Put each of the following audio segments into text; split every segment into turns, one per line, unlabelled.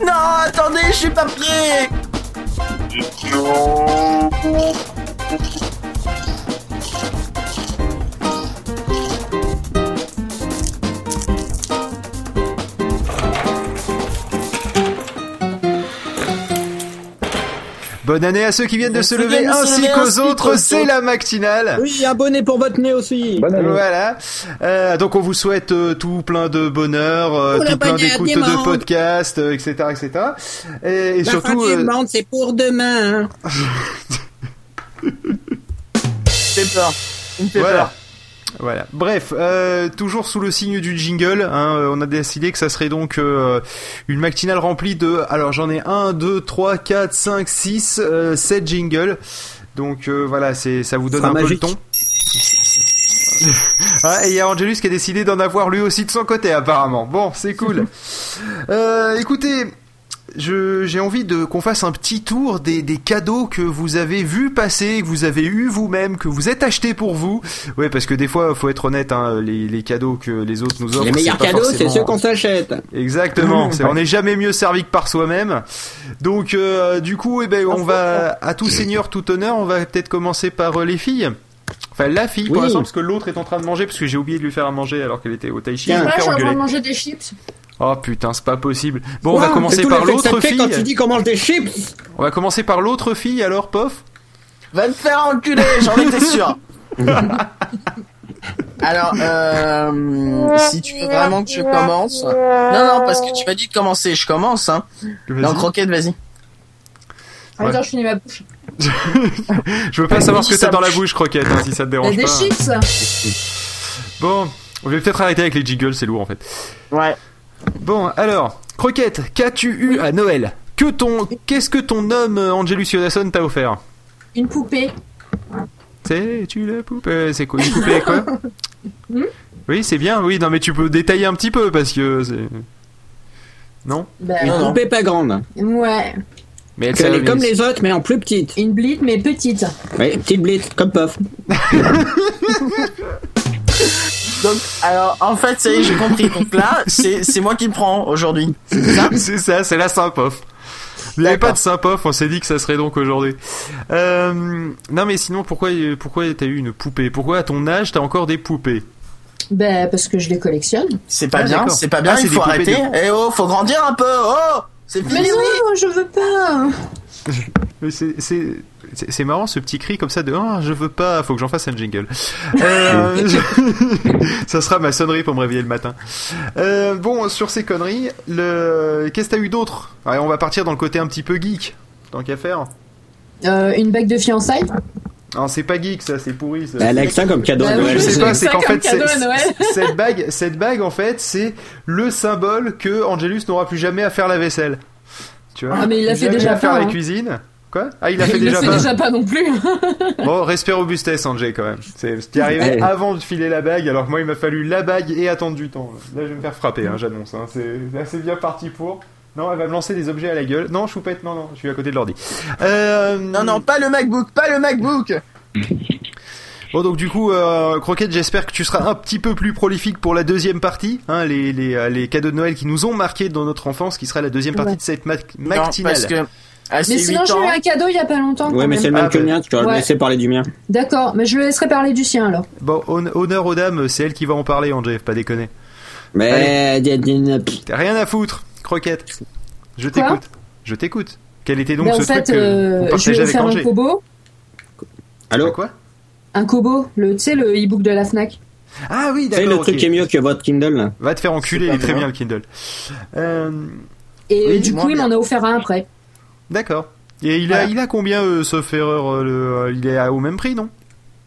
Non, attendez, je suis pas prêt
Non.
Bonne année à ceux qui viennent de se
Ceux qui
lever
viennent de se
ainsi
lever
qu'aux
ainsi
autres,
qu'aux
c'est
autres.
la matinale.
Oui, un bonnet pour votre nez aussi.
Bonne année.
Voilà. Euh, donc on vous souhaite euh, tout plein de bonheur, euh,
Pour la
tout plein
bonne année,
d'écoutes
Amande.
de podcasts, euh, etc., etc. Et, et
La
surtout,
fin
euh,
du monde, c'est pour demain. hein.
J'ai peur. Il me fait
voilà.
peur.
Voilà. Bref, euh, toujours sous le signe du jingle, hein, euh, on a décidé que ça serait donc euh, une matinale remplie de. Alors j'en ai 1, 2, 3, 4, 5, 6, 7 euh, jingles. Donc euh, voilà, c'est ça vous donne
sera
un
magique.
peu le ton. Ah, et il y a Angelus qui a décidé d'en avoir lui aussi de son côté apparemment. Bon, c'est cool. Euh, écoutez, je- j'ai envie de qu'on fasse un petit tour des, des cadeaux que vous avez vu passer, que vous avez eu vous-même, que vous êtes acheté pour vous. Ouais, parce que des fois, faut être honnête, hein, les, les cadeaux que les autres nous offrent.
Les
c'est
meilleurs
pas
cadeaux, c'est
forcément-
ceux qu'on s'achète.
Exactement.
Mmh,
c'est-
ouais.
On n'est jamais mieux servi que par soi-même. Donc, euh, du coup, eh ben,
Ah,
on va à tout seigneur, tout honneur, on va peut-être commencer par euh, les filles. Enfin, la fille pour
Oui.
l'instant, parce que l'autre est en train de manger, parce que j'ai oublié de lui faire à manger alors qu'elle était au Tai Chi. Je vais
Tiens.
me
Voilà, je
faire
suis en train
engueuler.
de manger des chips.
Oh putain, c'est pas possible. Bon, on va
Wow, c'est
commencer
tout
par
l'effet que ça
l'autre
te fait Quand
fille.
tu dis qu'on mange des chips,
On va commencer par l'autre fille alors, pof.
Va te faire enculer, j'en étais sûr Alors, euh, si tu veux vraiment que je commence... Non, non, parce que tu m'as dit de commencer, je commence, hein. Non, croquette, vas-y.
Ah,
Ouais.
Attends, je finis ma bouche.
Je veux pas savoir ce que
Ça
t'as dans la
bouge.
bouche, croquette, hein, si ça te
Il y a
dérange
des
pas.
chips.
Bon, on va peut-être arrêter avec les jiggles, c'est lourd en fait.
Ouais.
Bon, alors, croquette, qu'as-tu eu à Noël que ton, qu'est-ce que ton homme euh, Angelus Yodasson t'a offert
Une poupée.
C'est tu la poupée, c'est quoi une poupée quoi
Hmm
Oui, c'est bien. Oui, non mais tu peux détailler un petit peu parce que c'est... non,
Ben,
Non,
une
non.
poupée pas grande.
ouais.
mais elle
Elle
s'est-
est comme les autres, mais en plus petite.
Une blite, mais petite.
Oui, petite blitz, comme Puff. Bah,
Donc, alors, en fait, ça y est, j'ai compris. Donc là, c'est c'est moi qui le prends aujourd'hui.
C'est ça, c'est la Saint-Pof. Il n'y avait pas de Saint-Pof, on s'est dit que ça serait donc aujourd'hui. Euh, non mais sinon, pourquoi, pourquoi t'as eu une poupée Pourquoi à ton âge t'as encore des poupées
Ben, parce que je les collectionne.
C'est pas
Ah,
bien,
d'accord.
c'est pas bien,
Ah, c'est
il
des
faut
poupées
arrêter. Eh oh, faut grandir un peu, oh C'est
Mais
fini
non, je veux pas.
Mais C'est c'est- c'est- c'est marrant ce petit cri comme ça de Ah, je veux pas, faut que j'en fasse un jingle. Euh, je- ça sera ma sonnerie pour me réveiller le matin. Euh, bon, sur ces conneries, le... qu'est-ce que t'as eu d'autre Ouais, On va partir dans le côté un petit peu geek, tant qu'à faire.
Euh, une bague de fiançailles.
Non, c'est pas geek ça, c'est pourri. ça.
Elle a que ça comme cadeau à
Bah oui,
Noël.
Je sais
c'est
pas,
ça
c'est qu'en fait,
comme cadeau
c'est-
à Noël.
c'est- cette bague, cette bague, en fait, c'est le symbole que Angelus n'aura plus jamais à faire la vaisselle. Tu vois
Ah, mais il l'a fait
jamais
déjà
à faire
pas,
la
hein.
cuisine. Quoi Ah, il l'a fait
le
déjà
fait
pas.
déjà pas non plus.
Bon, respect robustesse, Angé, quand même. C'est t'y arrivé
Ouais.
avant de filer la bague, alors que moi, il m'a fallu la bague et attendre du temps. Là, je vais me faire frapper, hein, j'annonce. Hein. C'est là, c'est bien parti pour. Non, elle va me lancer des objets à la gueule. Non, choupette, non, non, je suis à côté de l'ordi. Euh,
Non, non, pas le MacBook, pas le MacBook
Bon donc du coup, euh, Croquette, j'espère que tu seras un petit peu plus prolifique pour la deuxième partie, hein, les, les, euh, les cadeaux de Noël qui nous ont marqués dans notre enfance, qui sera la deuxième partie
Ouais.
de cette mac-
Non,
matinale.
parce que à
Mais
ses
sinon,
8
j'ai eu
ans,
un cadeau il y a pas longtemps.
Ouais,
quand
mais
même.
c'est le même
Ah,
que le
bah.
mien, tu dois
Ouais.
le laisser parler du mien.
D'accord, mais je le laisserai parler du sien alors.
Bon, hon- honneur aux dames, c'est elle qui va en parler, André, pas déconner.
Mais. dis- dis- dis- pff,
T'as rien à foutre, Croquette. Je
Quoi
t'écoute. Je t'écoute. Quel était donc
Ben,
ce
en
truc
fait,
que
euh,
vous
je
partagez
vais
avec
faire un
Angé
kobo.
Ah,
Allô
quoi
Un kobo, le, tu sais, le e-book de la Fnac.
Ah oui,
C'est
d'accord.
le
ok.
truc qui est mieux que votre Kindle là.
Va te faire
C'est
enculer, il
pas
est très
moi.
bien le Kindle. Euh,
Et
Oui,
euh, du
dis-moi
coup, il
bien.
m'en a offert un après.
d'accord. Et il a,
Voilà.
il a combien, euh, sauf erreur, euh, le- il est à- au même prix, non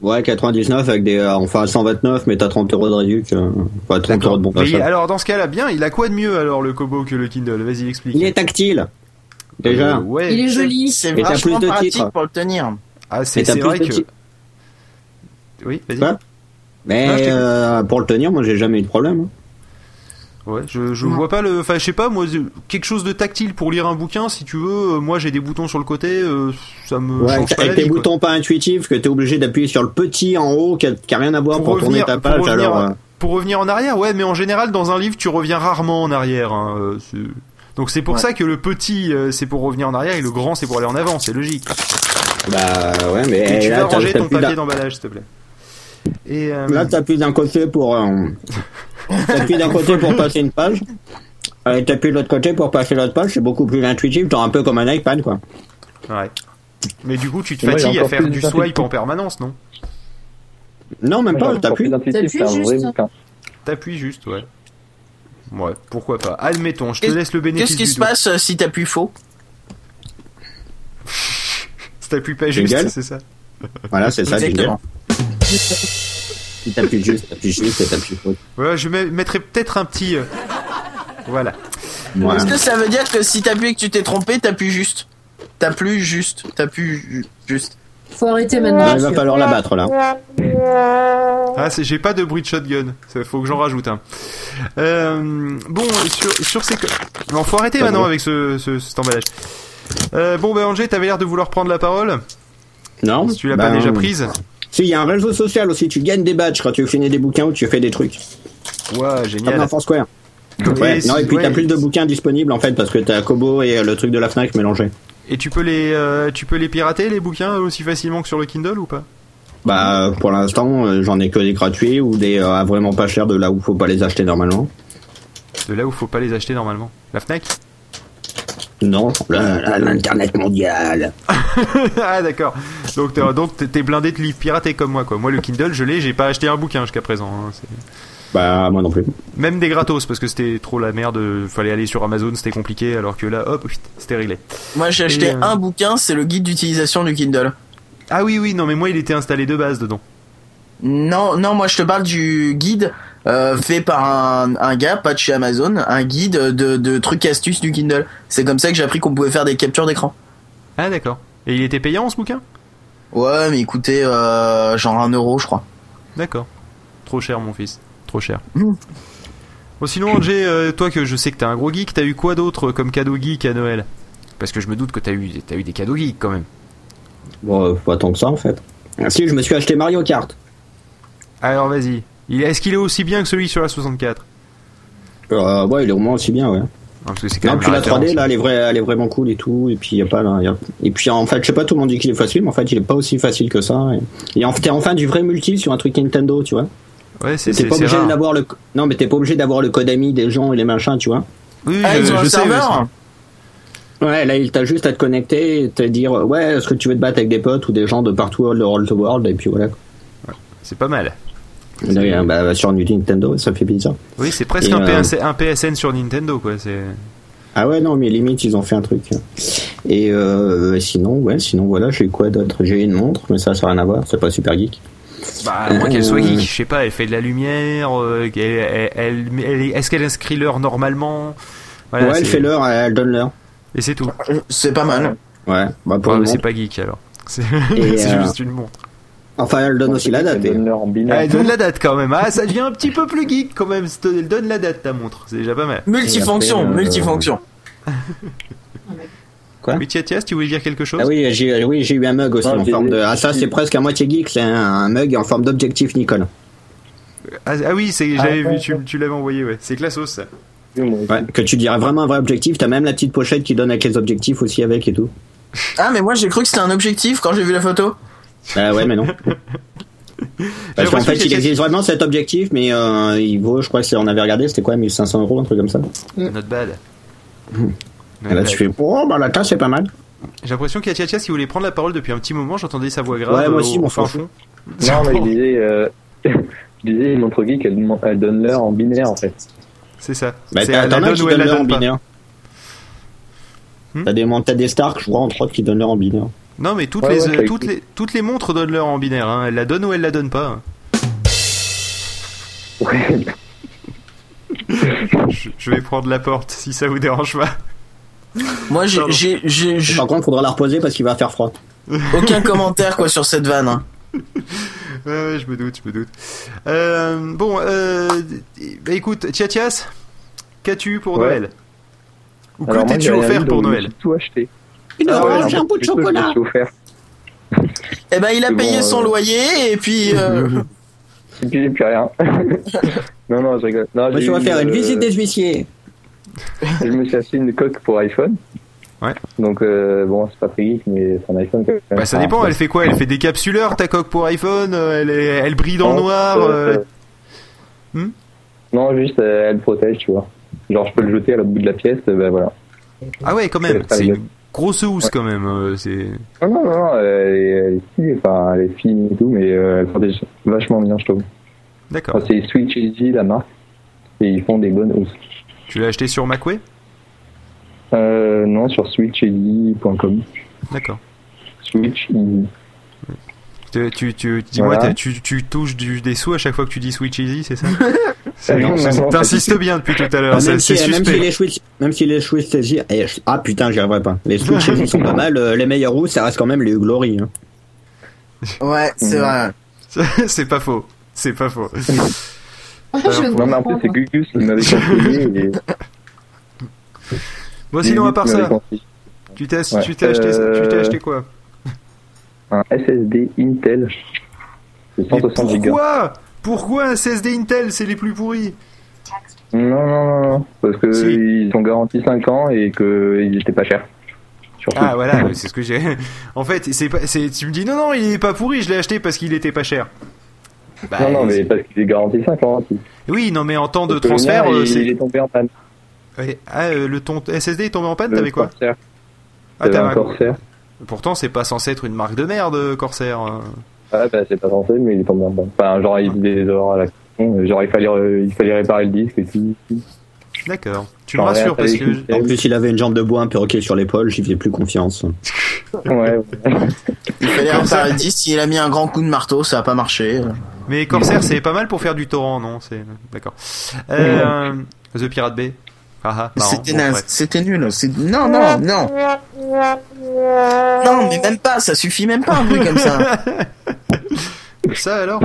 Ouais, 99 avec des. euh, Enfin, 129, mais t'as 30 euros de réduction. Enfin, 30 euros de bon
Mais il-
d'achat.
alors dans ce cas-là, bien, il a quoi de mieux alors le Kobo que le Kindle Vas-y, explique.
Il est tactile.
Euh,
Déjà.
ouais.
Il est joli.
c'est
Et t'as
vachement
plus de
pratique
titres.
pour le tenir.
Ah,
Et
c'est
t'as
c'est
plus
vrai
de
que.
titres.
Oui, vas-y.
Quoi
Non, je
Mais
t'écoute.
euh, pour le tenir, moi j'ai jamais eu de problème. hein.
Ouais, je, je
Non.
vois pas le. Enfin, je sais pas, moi, je- quelque chose de tactile pour lire un bouquin, si tu veux. euh, Moi, j'ai des boutons sur le côté, euh, ça me
Ouais,
change
avec
pas la
avec tes
vie, quoi.
boutons pas intuitifs, que t'es obligé d'appuyer sur le petit en haut, qui a, qui a rien à voir
Pour
pour, tourner
revenir-
ta
pour
page.
revenir-
alors, euh,
Pour revenir en arrière, ouais, mais en général, dans un livre, tu reviens rarement en arrière. hein, euh, c'est- Donc c'est pour
Ouais.
ça que le petit euh, c'est pour revenir en arrière et le grand c'est pour aller en avant, c'est logique.
Bah ouais, mais
Et tu
là,
vas
t'as
ranger
t'as
ton
plus
papier
d'un-
d'emballage s'il te plaît. Et euh,
là, t'appuies d'un côté pour. euh, t'appuies d'un côté pour passer une page. Euh, Et t'appuies de l'autre côté pour passer l'autre page, c'est beaucoup plus intuitif, genre un peu comme un iPad quoi.
ouais. Mais du coup, tu te
Ouais, il y a
fatigues à
encore
faire
plus
du
de
swipe
perfection.
en permanence, non
Non, même pas,
Encore plus hein.
t'appuies.
intuitif,
T'appuies
c'est un vrai
juste.
bouquin.
T'appuies juste, ouais. Ouais, pourquoi pas. Admettons, je te
Qu'est-
laisse le bénéfice
Qu'est-ce qui
du
se
doute.
passe euh, si t'appuies faux
Si t'appuies pas juste,
Jingle
c'est ça.
Voilà, c'est ça,
Exactement.
Jingle. Si t'appuies juste, t'appuies juste et t'appuies faux.
Ouais, je mets- mettrai peut-être un petit. euh, Voilà.
Voilà.
Est-ce que ça veut dire que si t'appuies et que tu t'es trompé, t'appuies juste T'appuies juste, t'appuies ju- juste.
Faut arrêter maintenant.
Ah, il va
monsieur.
falloir la battre là.
Ah, c'est- j'ai pas de bruit de shotgun. Ça, faut que j'en rajoute un. Euh, bon, sur, sur ces. co- Bon, faut arrêter
Pas
maintenant
drôle.
avec ce, ce- cet emballage. Euh, bon, bah, Angé, t'avais l'air de vouloir prendre la parole.
Non
Si tu l'as
Ben,
pas déjà prise.
Si, il y a un réseau social aussi, tu gagnes des badges quand tu finis des bouquins ou tu fais des trucs.
Ouais,
Comme
génial.
dans Foursquare.
Et
Ouais.
si-
Ah, non, et puis
ouais,
t'as plus de bouquins disponibles en fait parce que t'as Kobo et euh, le truc de la Fnac mélangé.
Et tu peux les, euh, tu peux les pirater les bouquins aussi facilement que sur le Kindle ou pas
Bah euh, pour l'instant, euh, j'en ai que des gratuits ou des euh, à vraiment pas cher de là où faut pas les acheter normalement.
De là où faut pas les acheter normalement. La Fnac.
Non, la- la- l'internet mondial.
ah d'accord. Donc t'es, donc t'es- t'es blindé de livres piratés comme moi quoi. Moi le Kindle je l'ai, j'ai pas acheté un bouquin jusqu'à présent. hein. C'est-
Bah moi non plus.
Même des gratos parce que c'était trop la merde. euh, Fallait aller sur Amazon, c'était compliqué. Alors que là hop, pfft, c'était réglé.
Moi j'ai acheté
euh,
un bouquin, c'est le guide d'utilisation du Kindle.
Ah oui oui non mais moi il était installé de base dedans.
Non, non, moi je te parle du guide euh, fait par un, un gars, pas de chez Amazon, un guide de, de trucs astuces du Kindle. C'est comme ça que j'ai appris qu'on pouvait faire des captures d'écran.
Ah d'accord. Et il était payant ce bouquin
Ouais, mais il coûtait euh, genre un euro, je crois.
D'accord. Trop cher mon fils. Trop cher.
Mmh.
Bon sinon Angé, euh, toi que je sais que t'es un gros geek, t'as eu quoi d'autre comme cadeau geek à Noël Parce que je me doute que t'as eu, t'as eu des cadeaux geeks quand même.
Bon, euh, pas tant que ça en fait. Ah, si, je me suis acheté Mario Kart.
Alors vas-y. Il- Est-ce qu'il est aussi bien que celui sur la 64
Euh, ouais, il est au moins aussi bien, ouais.
Non, parce que c'est quand
Non,
même
puis
la
la 3D
référence.
là, elle est, vraie- elle est vraiment cool et tout. Et puis y a pas là, y a- et puis en fait, je sais pas, tout le monde dit qu'il est facile, mais en fait, il est pas aussi facile que ça. Et, et en, t'es enfin du vrai multi sur un truc Nintendo, tu vois.
Ouais, c'est
T'es
c'est
pas
c'est
obligé
rare.
d'avoir le, non, mais t'es pas obligé d'avoir le Kodami des gens et les machins, tu vois.
Oui, oui,
ah,
je-
ils ont
je
un
sais,
serveur
Ouais, là, il t'a juste à te connecter, et te dire, euh, ouais, est-ce que tu veux te battre avec des potes ou des gens de partout all around the world, et puis voilà. quoi.
oui, C'est pas mal.
Et là, il y a- bah, sur Nintendo, ça fait bizarre.
Oui, c'est presque
Et,
un,
euh,
PS un PSN sur Nintendo, quoi. C'est.
Ah ouais, non, mais limite, ils ont fait un truc. Et euh, sinon, ouais, sinon, voilà, j'ai quoi d'autre J'ai une montre, mais ça, ça n'a rien à voir, c'est pas super geek.
Bah,
Euh,
moi qu'elle soit
euh,
geek, je sais pas, elle fait de la lumière, euh, elle- elle- elle- elle- est-ce qu'elle inscrit l'heure normalement Voilà,
ouais, elle
c'est-
fait l'heure, elle donne l'heure.
Et c'est tout.
C'est pas mal.
Ouais, bah pour
Ouais,
une
mais c'est
montre.
pas geek alors. C'est
Et,
c'est
euh,
juste une montre.
Enfin, elle donne aussi la date. et-
Donne leur en binaire.
Ah, elle donne la date quand même. Ah, ça devient un petit peu plus geek quand même. Elle donne la date ta montre. C'est déjà pas mal.
Multifonction,
Et après, euh,
multifonction.
Oui, Tia, Tia, si tu voulais dire quelque chose
Ah oui, j'ai oui, j'ai eu un mug aussi
Ah,
en
j'ai-
forme de. Ah ça, c'est presque à moitié geek, c'est un, un mug en forme d'objectif Nikon.
Ah, ah oui, c'est- j'avais
Ah,
vu,
ouais,
tu, tu l'avais envoyé, ouais. C'est classos ça.
Ouais, que tu dirais vraiment un vrai objectif. T'as même la petite pochette qui donne avec les objectifs aussi avec et tout.
Ah, mais moi j'ai cru que c'était un objectif quand j'ai vu la photo.
Ah ouais, mais non. Parce qu'en
l'impression
fait,
qu'il
il
y a-
existe vraiment cet objectif, mais euh, il vaut, je crois que c'est, on avait regardé, c'était quoi, 1500 euros, un truc comme ça.
Mm.
Not bad. Not
Et Ah, là,
bad.
tu fais, oh, bah là, tiens, c'est pas mal.
J'ai l'impression qu'il y a Tia Tia, si vous voulez prendre la parole depuis un petit moment, j'entendais sa voix grave.
Ouais, moi
euh,
aussi,
au
m'en
fin
fous.
fond.
Non, mais je disais, euh, je disais, une montre geek, elle, demande- elle donne l'heure en binaire en fait.
C'est ça.
Bah,
C'est
t'as,
elle
t'en
la
as
donne
qui
ou elle
donnent
la
l'heure en
donne pas.
binaire.
Hmm
T'as des, mon- t'as des Stark, je crois, entre autres, qui donnent l'heure en binaire.
Non, mais toutes,
Ouais,
les,
ouais,
euh,
t'as
toutes,
écouté.
les, toutes les montres donnent l'heure en binaire. hein. Elle la donne ou elle la donne pas.
Ouais.
Je, je vais prendre la porte si ça vous dérange pas.
Moi j'ai-
Pardon.
j'ai j'ai- j'ai
Par contre, faudra la reposer parce qu'il va faire froid.
aucun commentaire quoi sur cette vanne. hein.
Ouais, ouais, je me doute, je me doute. Euh, bon, euh, bah, écoute, Tia Tias, qu'as-tu pour
Ouais.
Noël Ou que
Alors, moi,
t'es-tu
j'ai rien
offert
eu,
pour
donc
Noël
j'ai tout acheté.
Une
Ah ouais,
orange,
j'ai
un bout de chocolat.
Eh ben il a
C'est
payé
bon,
son
euh,
loyer et puis euh,
Et puis j'ai plus rien. non, non, je rigole. Non,
Moi,
j'ai
je
eu,
vais Bah, faire une
euh,
visite des huissiers.
Je me suis acheté une coque pour iPhone.
Ouais.
Donc, euh, bon, c'est pas très geek, mais c'est un iPhone quand même.
Bah, ça dépend, elle fait quoi Elle fait des capsuleurs, ta coque pour iPhone euh, elle, est- elle brille dans le
Non,
noir
euh,
euh,
euh,
hmm
Non, juste, euh, elle protège, tu vois. Genre, je peux le jeter à l'autre bout de la pièce, euh, bah voilà.
Ah ouais, quand même,
c'est pas
c'est
le
une grosse housse quand même. euh, c'est...
Non, non, non, non, euh, elle, est- elle est stylée, enfin, elle est fine et tout, mais euh, elle protège vachement bien, je trouve.
D'accord.
Enfin, c'est Switch Easy, la marque, et ils font des bonnes housses.
Tu l'as acheté sur Macway
Euh, non, sur switcheasy.com.
D'accord.
Switch Easy.
Tu, tu, tu- dis-moi,
Voilà.
t'as- tu, tu touches du- des sous à chaque fois que tu dis Switch Easy, c'est ça C'est-
Non, non, non,
T'insistes bien depuis tout à l'heure,
même,
Ah, c'est,
si,
c'est
même si
suspect.
les Switch, même si les Switch Easy- eh, je- ah putain, j'y arriverai pas. Les Switch Easy sont pas mal. euh, les meilleurs roues, ça reste quand même les Glory. hein.
Ouais, c'est
Mhm.
vrai.
c'est pas faux. C'est pas faux.
je viens de
Non, mais en plus,
comprendre.
c'est Gugus qui m'avait conseillé. et-
Bon, sinon, à
Gugus
part
m'avait
ça,
conseillé
tu t'es, ass-
Ouais.
tu t'es acheté, ça- tu t'es
Euh,
acheté quoi
Un SSD Intel. C'est
Mais
160 gigas.
Pourquoi Pourquoi un SSD Intel C'est les plus pourris.
Non, non, non, non. Parce que
Si.
ils ont garanti 5 ans et que ils étaient pas chers. Surtout.
Ah voilà, c'est ce que j'ai. En fait, c'est pas, c'est, tu me dis non non, il est pas pourri, je l'ai acheté parce qu'il était pas cher. Bah,
non, non, mais parce qu'ils est garanti 5 ans. aussi.
Oui, non mais en temps de
Parce que le
transfert,
mien,
euh,
il,
c'est.
il est tombé en panne.
Ouais, Ah, euh, le ton SSD est tombé en panne,
Le
t'avais quoi
Corsair.
Ah,
J'avais
t'avais
Euh, un
un-
Corsair.
Pourtant, c'est pas censé être une marque de merde, euh, Corsair. euh.
Ouais, bah, c'est pas censé, mais il est tombé en panne. Enfin, genre, il faisait des erreurs à la con. Genre, il fallait, euh, il fallait réparer le disque et tout.
D'accord. Tu me
Genre,
rassures parce
fallait
que.
qu'il-
En plus, il avait une jambe de bois, un perroquet sur l'épaule, j'y faisais plus confiance.
Ouais, ouais.
Il fallait
Comme ça.
refaire le disque. Il a mis un grand coup de marteau, ça a pas marché.
Mais Corsair, c'est pas mal pour faire du torrent, non C'est d'accord. Euh, The Pirate Bay. Ah, ah, marrant.
C'était
Bon,
naze,
bref.
c'était nul. c'est- Non, non, non. Non, mais même pas, ça suffit même pas un truc comme ça.
Ça alors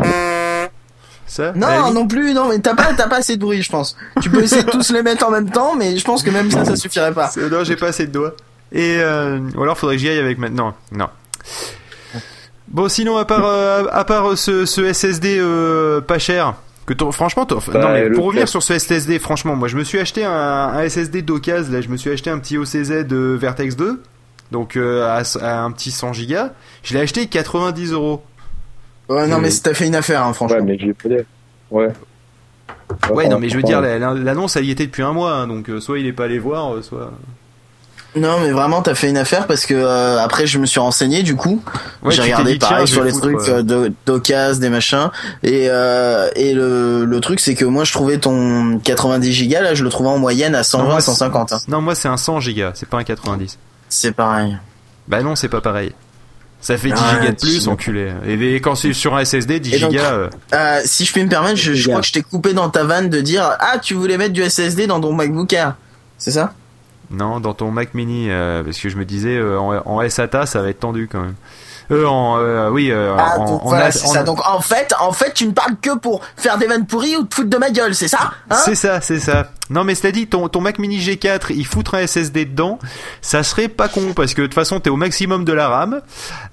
Ça à la
Non,
limite-
non plus, non, mais t'as pas, t'as pas assez de bruit, je pense. Tu peux essayer de tous les mettre en même temps, mais je pense que même ça, ça suffirait pas.
C'est- Non, j'ai pas assez de doigts. Et euh, ou alors faudrait que j'y aille avec maintenant. Non. Bon, sinon à part euh, à part euh, ce, ce SSD euh, pas cher que t'en- franchement t'en-
Bah,
non mais
le
pour revenir
fait.
sur ce SSD franchement moi je me suis acheté un, un SSD d'occasion là je me suis acheté un petit OCZ de euh, Vertex 2 donc euh, à, à un petit 100 Go je l'ai acheté 90 euros
Ouais, non,
Oui.
mais t'as fait une affaire, hein, franchement.
Ouais, mais je l'ai pas dit. Ouais.
ouais non mais je veux
Enfin,
dire la- la- l'annonce elle y était depuis un mois hein, donc euh, soit il est pas allé voir euh, soit
Non, mais vraiment, t'as fait une affaire parce que euh, après, je me suis renseigné du coup.
Ouais,
J'ai
tu t'es
regardé
dit, tiens,
pareil
je
sur
vais
les
foutre,
trucs
euh,
euh, de- d'occasion, des machins. Et, euh, et le, le truc, c'est que moi, je trouvais ton 90 gigas, là, je le trouvais en moyenne à
Non,
120,
moi, c'est-
150. hein.
non moi c'est un 100 Go c'est pas un 90
C'est pareil.
Bah non, c'est pas pareil. Ça fait 10
Ah,
gigas de plus,
sinon.
enculé. Et, et quand c'est sur un SSD, 10
Et donc-
gigas. euh,
Euh, si je puis me permettre, je, je
Giga.
crois que je t'ai coupé dans ta vanne de dire Ah, tu voulais mettre du SSD dans ton MacBook Air. C'est ça
non, dans ton Mac mini, euh, parce que je me disais, euh, en, en SATA, ça va être tendu quand même. Euh, en, euh, oui, euh,
Ah,
en,
donc
en
voilà,
as-
c'est
en-
ça. Donc en fait, en fait, tu ne parles que pour faire des vannes pourries ou te foutre de ma gueule, c'est ça Hein
c'est ça, c'est ça. Non, mais cela dit, ton, ton Mac mini G4, il foutre un SSD dedans, ça serait pas con, parce que de toute façon, t'es au maximum de la RAM,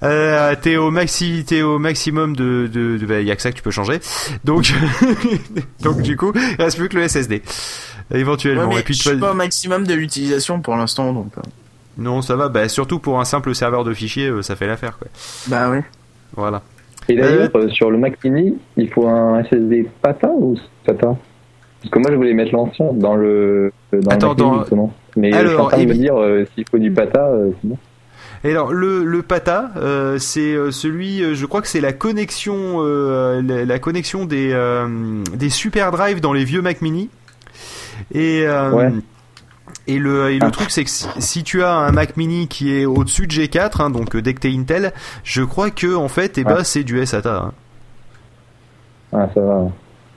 euh, t'es au maxi, t'es au maximum de, de, de bah, y a que ça que tu peux changer. Donc, donc du coup, il reste plus que le SSD.
Ouais,
Éventuellement.
mais
Et puis,
je
tu
suis
vois-
pas au maximum de l'utilisation pour l'instant, donc. euh,
Non, ça va. Bah, surtout pour un simple serveur de fichiers, euh, ça fait l'affaire, quoi.
Bah oui.
Voilà.
Et d'ailleurs, euh, sur le Mac Mini, il faut un SSD PATA ou SATA Parce que moi, je voulais mettre l'ancien dans le. euh, Dans
Attends,
le Mac Mini,
dans-
justement. Mais je suis
Alors,
en train
eh
de me
bien-
dire euh, s'il faut du PATA, euh, c'est bon.
Et alors, le, le PATA, euh, c'est euh, celui, euh, je crois que c'est la connexion, euh, la, la connexion des euh, des superdrives dans les vieux Mac Mini. Et euh,
Ouais. Ah.
Et le, et le truc, c'est que si, si tu as un Mac Mini qui est au-dessus de G4, hein, donc euh, dès que t'es Intel, je crois que en fait, eh ben, c'est du SATA. hein.
Ah, ça va.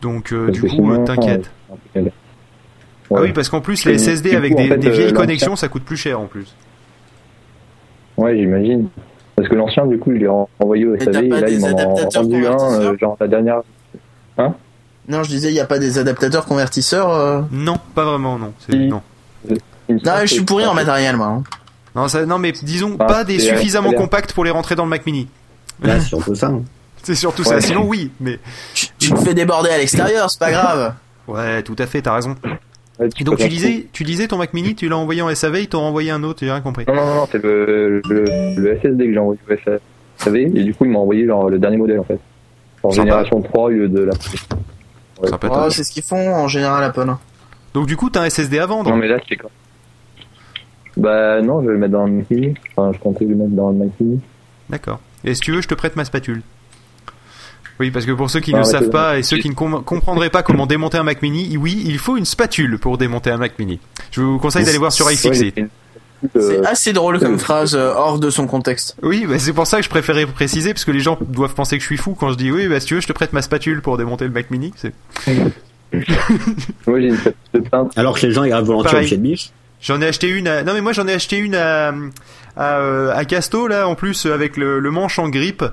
Donc euh,
Parce
du
que
coup,
sinon,
euh, t'inquiète.
euh, c'est impeccable.
Ah
Ouais.
oui, parce qu'en plus, les
Et
SSD
du
avec
coup, en
des,
fait,
des
euh,
vieilles
l'ancien-
connexions, ça coûte plus cher en plus.
Ouais, j'imagine. Parce que l'ancien, du coup, je l'ai renvoyé au
t'as
SAV et
pas
là,
des
ils m'en ont
adaptateurs
rendu un,
convertisseurs
euh, genre la dernière.
Non, je disais, il y a pas des adaptateurs convertisseurs. euh.
Non, pas vraiment, non. C'est-
Si.
Non.
Non, Ah,
Ah,
je suis pourri en matériel, moi. hein.
Non, ça, non, mais disons
Bah,
pas des
c'est, euh,
suffisamment
c'est bien.
compacts pour les rentrer dans le Mac Mini.
Là, c'est surtout ça. hein.
C'est surtout ça.
Ouais.
Sinon, oui, mais
Tu, tu te fais déborder à l'extérieur, c'est pas grave.
ouais, tout à fait, t'as raison.
Ouais, tu
Et donc tu
peux faire
disais, tu disais ton Mac Mini, tu l'as envoyé en SAV, ils t'ont renvoyé un autre, j'ai rien compris.
tout. Non, non, non, c'est le, le, le SSD que j'ai envoyé au SSD. Vous savez, et du coup, il m'a envoyé genre le dernier modèle en fait. En
Sympa.
génération 3 au lieu de la.
Ah
Ouais.
Sympa,
Oh,
toi.
c'est ce qu'ils font en général Apple. hein.
Donc du coup t'as un SSD à vendre.
Non, mais là, c'est quoi Bah, non, je vais le mettre dans le Mac Mini. Enfin, je comptais le mettre dans le Mac Mini.
D'accord. Et si tu veux, je te prête ma spatule. Oui, parce que pour ceux qui
Ah
ne
ouais,
savent
c'est
pas et ceux qui ne com- comprendraient pas comment démonter un Mac Mini, oui, il faut une spatule pour démonter un Mac Mini. Je vous conseille d'aller voir sur
Ouais, j'ai
iFixit.
fait une-
C'est
Euh,
assez drôle comme
euh,
phrase euh, hors de son contexte.
Oui, bah, c'est pour ça que je préférais préciser, parce que les gens doivent penser que je suis fou quand je dis oui, bah, si tu veux, je te prête ma spatule pour démonter le Mac Mini. C'est-
Moi, j'ai une tête de peintre.
Alors que les gens iraient volontiers au
Pareil.
chez Bis.
J'en ai acheté une à... Non mais moi j'en ai acheté une à... à, euh, à Casto là en plus euh, avec le, le manche en grippe.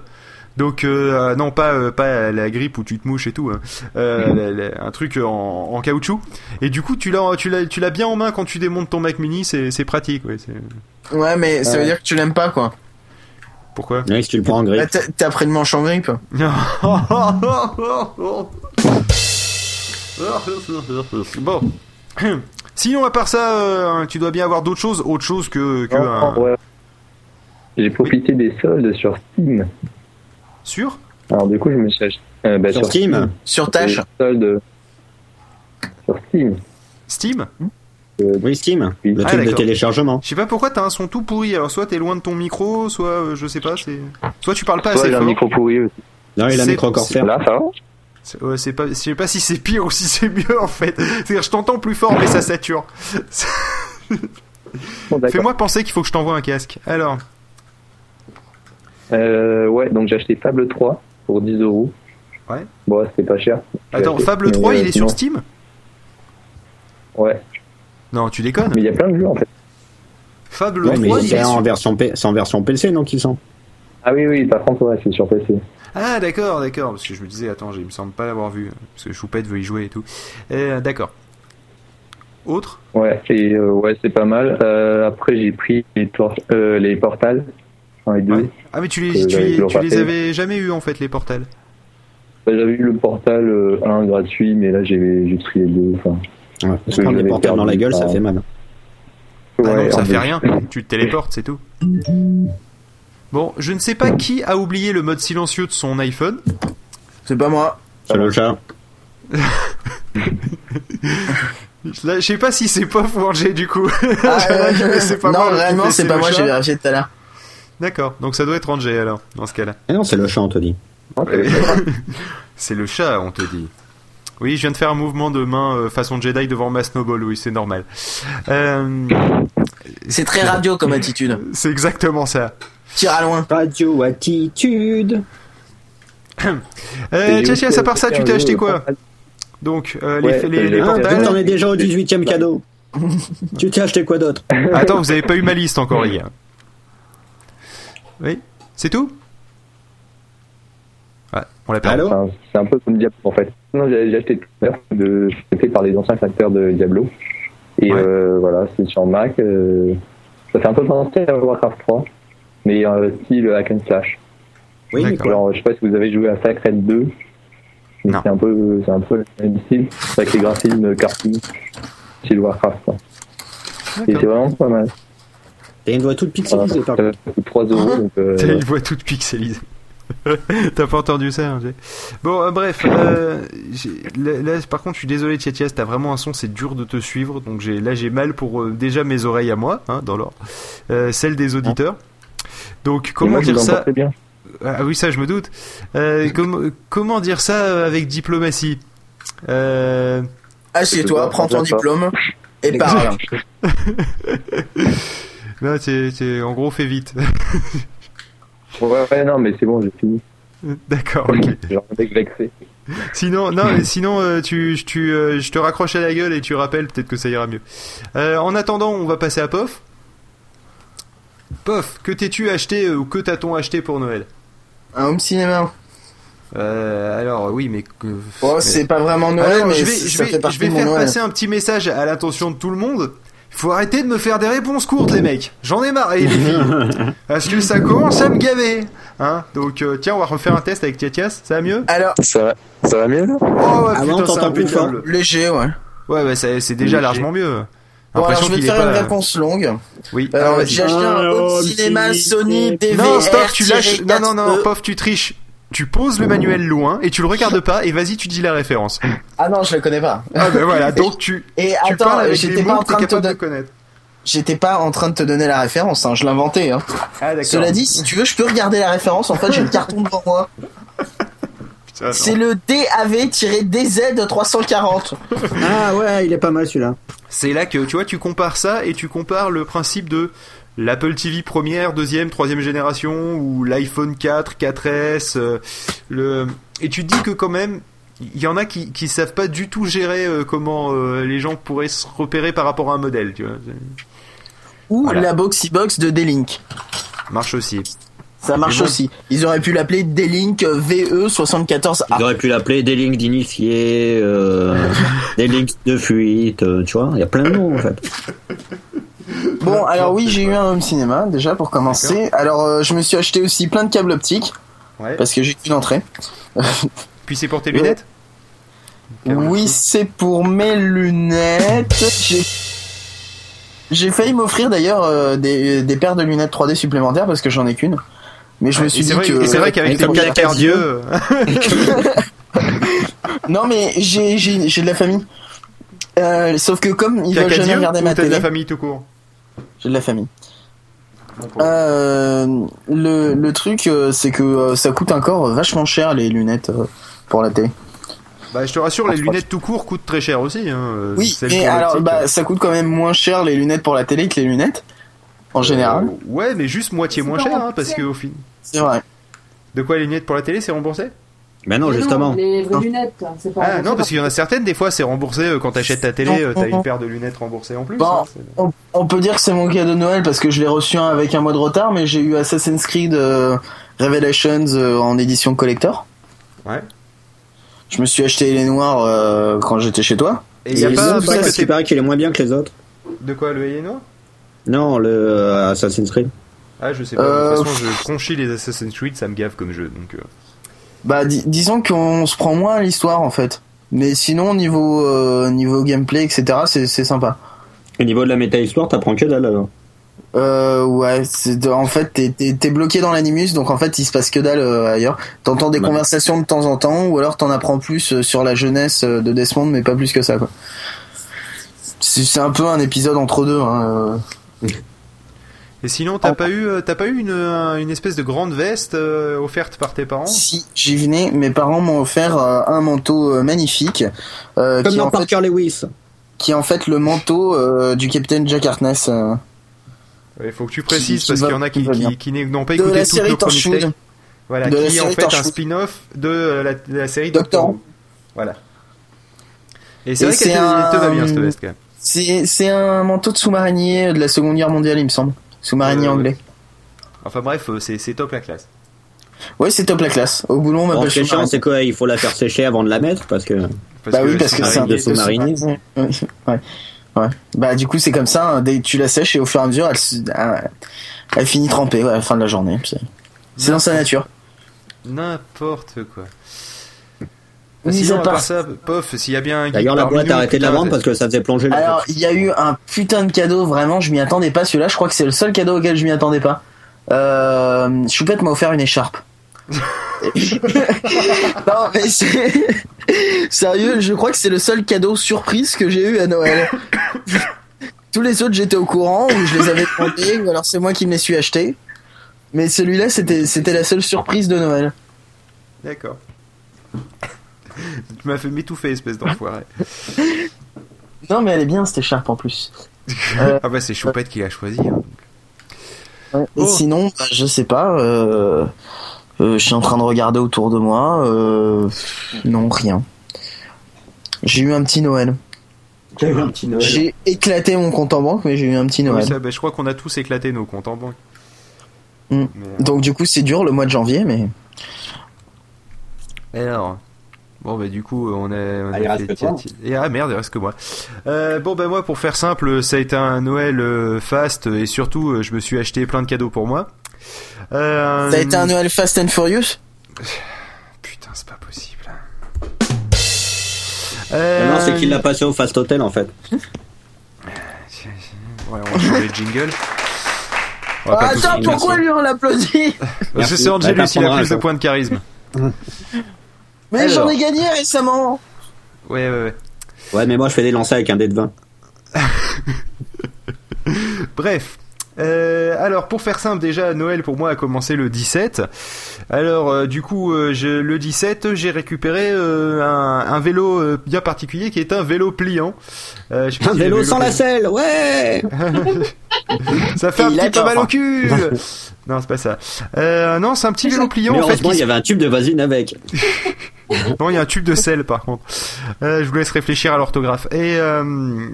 Donc euh, euh, non pas euh, pas la grippe où tu te mouches et tout, hein. Euh, la- la- un truc en, en caoutchouc. Et du coup tu l'as tu l'as tu l'as bien en main quand tu démontes ton Mac Mini, c'est c'est pratique. Ouais, c'est...
Ouais, mais ça veut
Ouais.
dire que tu l'aimes pas quoi.
Pourquoi
Ouais, si tu le prends en
Bah,
grippe.
t'as t'as pris le manche en grippe.
Bon. Sinon à part ça, euh, tu dois bien avoir d'autres choses, autre chose que, que un-
Ouais. J'ai profité des soldes sur Steam.
sur.
Alors, du coup, je me suis acheté. euh, bah,
Sur Steam
Sur tâche.
Des soldes euh, sur Steam.
Steam
Oui, Steam.
Oui.
Le
Ah,
truc de
d'accord.
téléchargement.
Je sais pas pourquoi t'as un son tout pourri. Alors soit t'es loin de ton micro, soit euh, je sais pas, Ah, c'est soit tu parles pas
Ouais,
assez
j'ai un
fort.
micro pourri aussi.
Non, il a
C'est-
micro corsaire.
Là, ça va
C'est ouais, c'est pas, je sais pas si c'est pire ou si c'est mieux en fait. C'est-à-dire je t'entends plus fort mais ça sature.
Bon, d'accord.
Fais-moi penser qu'il faut que je t'envoie un casque. Alors
Euh, ouais, donc j'ai acheté Fable 3 pour 10 euros.
Ouais.
Bon, c'était pas cher. J'ai
attends,
acheté,
Fable
mais,
3
euh,
il est sur
non.
Steam
Ouais,
Non, tu déconnes.
mais il y a plein de jeux en fait.
Fable
Ouais, mais
3 il
c'est
est
en
sur.
version, P- c'est en version PC, donc ils sont.
Ah oui, oui, par contre, ouais, c'est sur PC.
Ah d'accord, d'accord. Parce que je me disais attends, j'ai- il me semble pas l'avoir vu parce que Choupette veut y jouer et tout. Euh, d'accord. Autre
Ouais, et euh, ouais, c'est pas mal. Euh, après, j'ai pris les, tor- euh, les portales, 1 et 2.
Ouais. Ah mais tu les
Euh,
tu les,
j'aurais
tu les
raté.
avais jamais eu en fait les portales.
Bah, J'avais eu le portal 1 gratuit, mais là, j'ai j'ai pris les deux. Enfin,
Ouais.
Je
Se prendre les
l'avais
portables dans la
perdu,
gueule, ça
ça.
fait mal.
Ah
ouais,
non, ça
en
fait
fait.
rien. Tu te téléportes, c'est tout. Bon, je ne sais pas qui a oublié le mode silencieux de son iPhone.
C'est pas moi.
C'est le chat.
Là, je sais pas si c'est Pof ou Angé du coup.
Ah,
J'avoue
euh,
que c'est pas moi
non,
le
réellement,
petit
c'est
PC
pas
le
moi,
chat.
j'ai vérifié tout à l'heure.
D'accord, donc ça doit être Angé alors, dans ce cas-là.
Ah non, c'est le chat, Anthony.
Ouais, c'est vrai.
C'est le chat, on te dit. Oui, je viens de faire un mouvement de main euh, façon Jedi devant ma snowball, oui, c'est normal. Euh,
C'est très radio comme attitude.
c'est exactement ça.
Tire à loin.
Radio Attitude.
Euh,
Et
tiens,
aussi,
tiens, à part ça,
j'ai
tu t'es acheté
le
quoi
portal.
Donc, euh,
Ouais,
les, les,
euh,
les
j'ai-
Ah,
portables.
vu que
portales
t'en es déjà au 18 e cadeau. tu t'es acheté quoi d'autre
Attends, vous avez pas eu ma liste encore, les gars. Oui, c'est tout Ah, on l'a perdu.
Allô
Enfin, c'est un peu comme Diablo en fait. Non, j'ai j'ai acheté tout à l'heure, de- c'était par les anciens facteurs de Diablo. Et
Ouais.
euh, voilà, c'est sur Mac. euh, ça fait un peu penser à Warcraft 3, mais euh, style hack and slash.
Oui, mais
D'accord.
quoi
Alors, je sais pas si vous avez joué à Sacred 2. mais
Non.
C'est un peu, c'est un peu le même style, avec les graphismes euh, cartoon, style Warcraft. quoi. Et c'est
D'accord.
vraiment pas mal.
T'as une voix toute
Voilà.
pixelisée, par
Ça
contre.
coûte 3 euros, donc euh,
T'as une voix toute pixelisée. T'as pas entendu ça, hein, j'ai- Bon, euh, bref. euh, j'ai- là, là, par contre, je suis désolé, Tchétchès, t'as vraiment un son, c'est dur de te suivre. Donc j'ai, là, j'ai mal pour euh, déjà mes oreilles à moi, hein, dans l'ordre. Euh, celles des auditeurs. Donc,
et
comment
moi, je
dire
vous en
ça
portais bien.
Ah oui, ça, je me doute. Euh, com- comment dire ça euh, avec diplomatie euh,
Assieds-toi,
C'est
prends ton
bon, ça.
diplôme et parle.
Là, t'es, t'es- en gros, fais vite.
Ouais, ouais, non, mais c'est bon, j'ai fini.
D'accord, ok.
Genre, mec vexé.
Sinon, non, mais sinon euh, tu, tu, euh, je te raccroche à la gueule et tu rappelles, peut-être que ça ira mieux. Euh, en attendant, on va passer à Pof. Pof, que t'es-tu acheté euh, ou que t'as-t-on acheté pour Noël
Un home cinéma.
euh, Alors, oui, mais... que-
Oh,
mais-
c'est pas vraiment
Ah non,
Noël, mais
je vais,
c-
je
ça
vais-
fait
je
partie
vais
de mon
faire
Noël.
passer un petit message à l'attention de tout le monde. Faut arrêter de me faire des réponses courtes, les mecs. J'en ai marre, et les filles. Parce que ça commence à me gaver. Hein Donc, euh, tiens, on va refaire un test avec Tiatias. Ça va mieux
Alors,
Ça va, ça va mieux là
Oh,
Ah non,
putain,
t'entends
c'est
plus fort.
impeccable.
léger, ouais.
Ouais, ouais, c'est c'est déjà largement mieux.
Bon, alors,
L'impression
je vais te
qu'il est
faire une
pas-
réponse longue.
Oui.
Euh,
Ah,
alors, vas-y.
j'ai acheté un home cinéma Sony DVR.
Non, stop, tu lâches. Non, non, non,
4E.
pof, tu triches. Tu poses
Euh.
le manuel loin et tu le regardes pas et vas-y, tu dis la référence.
Ah non, je le connais pas.
Ah ben voilà, donc tu,
Et
tu parles
attends, euh,
avec les
j'étais pas
mots
en
que t'es
train de te
capable de
don-
connaître.
j'étais pas en train de te donner la référence, hein, je l'inventais. Hein.
Ah d'accord.
Cela dit, si tu veux, je peux regarder la référence. En fait, j'ai le carton devant moi.
Putain, non.
C'est le DAV-DZ340.
Ah ouais, il est pas mal celui-là.
C'est là que tu vois, tu compares ça et tu compares le principe de l'Apple TV première, deuxième, troisième génération ou l'iPhone 4, 4S. euh, le... Et tu te dis que quand même, il y en a qui qui savent pas du tout gérer euh, comment euh, les gens pourraient se repérer par rapport à un modèle. Tu vois, Ça
Ou
Voilà.
la Boxy Box de D-Link.
marche aussi.
Ça marche
bon.
aussi. Ils auraient pu l'appeler D-Link E
Ils
VE74A.
auraient pu l'appeler des lignes d'initié, euh, des lignes de fuite, euh, tu vois. Il y a plein de noms en fait.
Bon, alors oui, j'ai eu un home cinéma déjà pour commencer. Alors, euh, je me suis acheté aussi plein de câbles optiques
Ouais.
parce que j'ai qu'une entrée.
Puis c'est pour tes lunettes.
Oui, c'est pour mes lunettes. J'ai j'ai failli m'offrir d'ailleurs euh, des, des paires de lunettes 3D supplémentaires parce que j'en ai qu'une. Mais je me
Ah, Et
suis dit
c'est vrai,
que
et c'est vrai qu'avec
avec
tes hein, problèmes
comme la casse
cardio,
yeux.
non mais j'ai j'ai j'ai de la famille. Euh, sauf que comme ils veulent
caca
jamais
yeux,
regarder ma
ou t'as de
télé,
la famille tout court.
j'ai de la famille. Euh, le, le truc, euh, c'est que euh, ça coûte encore vachement cher les lunettes euh, pour la télé.
Bah, je te rassure, les lunettes tout court coûtent très cher aussi. Hein.
Oui,
Celles
mais
pour
alors
l'optique.
bah, ça coûte quand même moins cher les lunettes pour la télé que les lunettes en général.
Euh, ouais, mais juste moitié
C'est
moins
pas
cher, hein,
remboursé.
parce que au fin.
C'est vrai.
De quoi les lunettes pour la télé, c'est remboursé
Mais non,
Mais
justement.
les vraies
Non.
lunettes, hein, c'est pas.
Ah non, parce qu'il y en a certaines, des fois, c'est remboursé euh, quand t'achètes ta télé, euh, t'as une paire de lunettes remboursées en plus.
Bon.
hein, c'est-
On, on peut dire que c'est mon cadeau de Noël parce que je l'ai reçu un- avec un mois de retard, mais j'ai eu Assassin's Creed euh, Revelations euh, en édition collector.
Ouais.
Je me suis acheté les noirs euh, quand j'étais chez toi.
Et il y a
Et
pas un
non,
truc
parce
que
qu'il
t'es-
paraît qu'il est moins bien que les autres.
de quoi le Hayeno
Non, le euh, Assassin's Creed.
Ah, je sais pas.
Euh,
De toute façon, je conchis les Assassin's Creed, ça me gave comme jeu. Donc, euh,
Bah di- disons qu'on se prend moins à l'histoire en fait. Mais sinon niveau euh, niveau gameplay etc c'est c'est sympa.
Au niveau de la méta-histoire, t'apprends que dalle alors.
Euh, ouais, c'est de- en fait t'es- t'es t'es bloqué dans l'animus donc en fait il se passe que dalle euh, ailleurs. T'entends des
Ouais.
conversations de temps en temps ou alors t'en apprends plus euh, sur la jeunesse euh, de Desmond mais pas plus que ça quoi. C'est c'est un peu un épisode entre deux. Hein.
Et sinon,
Ah,
t'as
Oh.
pas eu, euh, t'as pas eu une, un- une espèce de grande veste euh, offerte par tes
euh.
parents
Si j'y venais, mes parents m'ont offert euh, un manteau euh, magnifique euh,
Comme
qui, est
dans
en fait,
Parker Lewis.
qui est en fait le manteau euh, du capitaine Jack Harkness. euh,
Il faut que tu précises
qui
parce
va-
qu'il y en a qui,
qui va bien.
qui, qui n'ont pas
de
écouté
la
toutes nos
série
chroniques
Torchwood.
tech. Voilà,
De la
qui est en
série
fait un
Torchwood.
spin-off de euh, la, de la série
Doctor
Doctor Who. Voilà. Et c'est
Et
vrai qu'elle
c'est
te,
un-
te va bien cette veste quand même.
C'est c'est un manteau de sous-marinier de la Seconde Guerre mondiale, il me semble. Sous-marinier
Euh,
anglais.
Enfin bref, euh, c'est c'est top la classe.
Ouais, c'est top la classe. Au boulot, on
Bon,
m'appelle
ce qui est chiant,
sous-marinier.
c'est quoi Il faut la faire sécher avant de la mettre parce que.
Bah oui, parce que c'est un
de
peu
sous-marinier.
sous-marinier. Ouais, ouais. ouais. Bah du coup, c'est comme ça. hein, Dès que tu la sèches et au fur et à mesure, elle, se- elle, elle finit trempée ouais, à la fin de la journée. C'est- C'est dans sa nature.
N'importe quoi.
Mis
Sinon,
à
à
part-
part ça, pof, s'il y a bien un guide
D'ailleurs, la
parmi
boîte
nous,
a arrêté de la
putain,
vendre parce que ça faisait plonger la
Alors, il y a eu un putain de cadeau. Vraiment, je m'y attendais pas. Celui-là, je crois que c'est le seul cadeau auquel je m'y attendais pas. Euh, Choupette m'a offert une écharpe. non mais c'est sérieux, je crois que c'est le seul cadeau surprise que j'ai eu à Noël. Tous les autres j'étais au courant ou je les avais demandés ou alors c'est moi qui me les suis achetés. Mais celui-là c'était c'était la seule surprise de Noël.
D'accord. tu m'as fait m'étouffer, espèce d'enfoiré.
Non mais elle est bien cette écharpe en plus.
ah bah c'est Choupette qui l'a choisi. hein.
Et
Oh.
sinon, bah, je sais pas. euh, euh, je suis en train de regarder autour de moi. euh, non, rien. J'ai eu un petit Noël. J'ai éclaté mon compte en banque, mais j'ai eu un petit
Oui,
Noël.
ça, bah, je crois qu'on a tous éclaté nos comptes en banque.
Mm.
Mais, euh,
Donc du coup, c'est dur le mois de janvier, mais
Alors. Bon bah du coup on a, on a
Ah, il reste
fait-
que toi.
Et- ah merde il reste que moi. Euh, bon bah moi pour faire simple ça a été un Noël euh, fast et surtout euh, je me suis acheté plein de cadeaux pour moi. Euh,
ça a été un Noël Fast and Furious.
Putain c'est pas possible. Euh,
Non, c'est qu'il l'a passé au Fast Hotel en fait.
Ouais, on va changer de jingle.
Ah,
On va pas tous-
Attends, pourquoi lui on l'applaudit
Parce que c'est Angelus, il a plus de points de charisme.
Mais j'en ai gagné récemment.
Ouais, ouais, ouais.
Ouais, mais moi je fais des lancers avec un dé de 20.
Bref. Euh, alors pour faire simple déjà Noël pour moi a commencé le 17. Alors euh, du coup euh, je- le 17 j'ai récupéré euh, un, un vélo euh, bien particulier qui est un vélo pliant. Euh, je sais pas
Un
si le
vélo sans la
pliant-
selle, ouais
Ça fait un
Il
petit peu
adore,
mal au
hein.
cul. non c'est pas ça. Euh, non c'est un petit vélo pliant
Mais
en fait.
heureusement,
qui
il y avait un tube de vaseline avec.
Non, il y a un tube de sel par contre. Euh, je vous laisse réfléchir à l'orthographe. Et euh,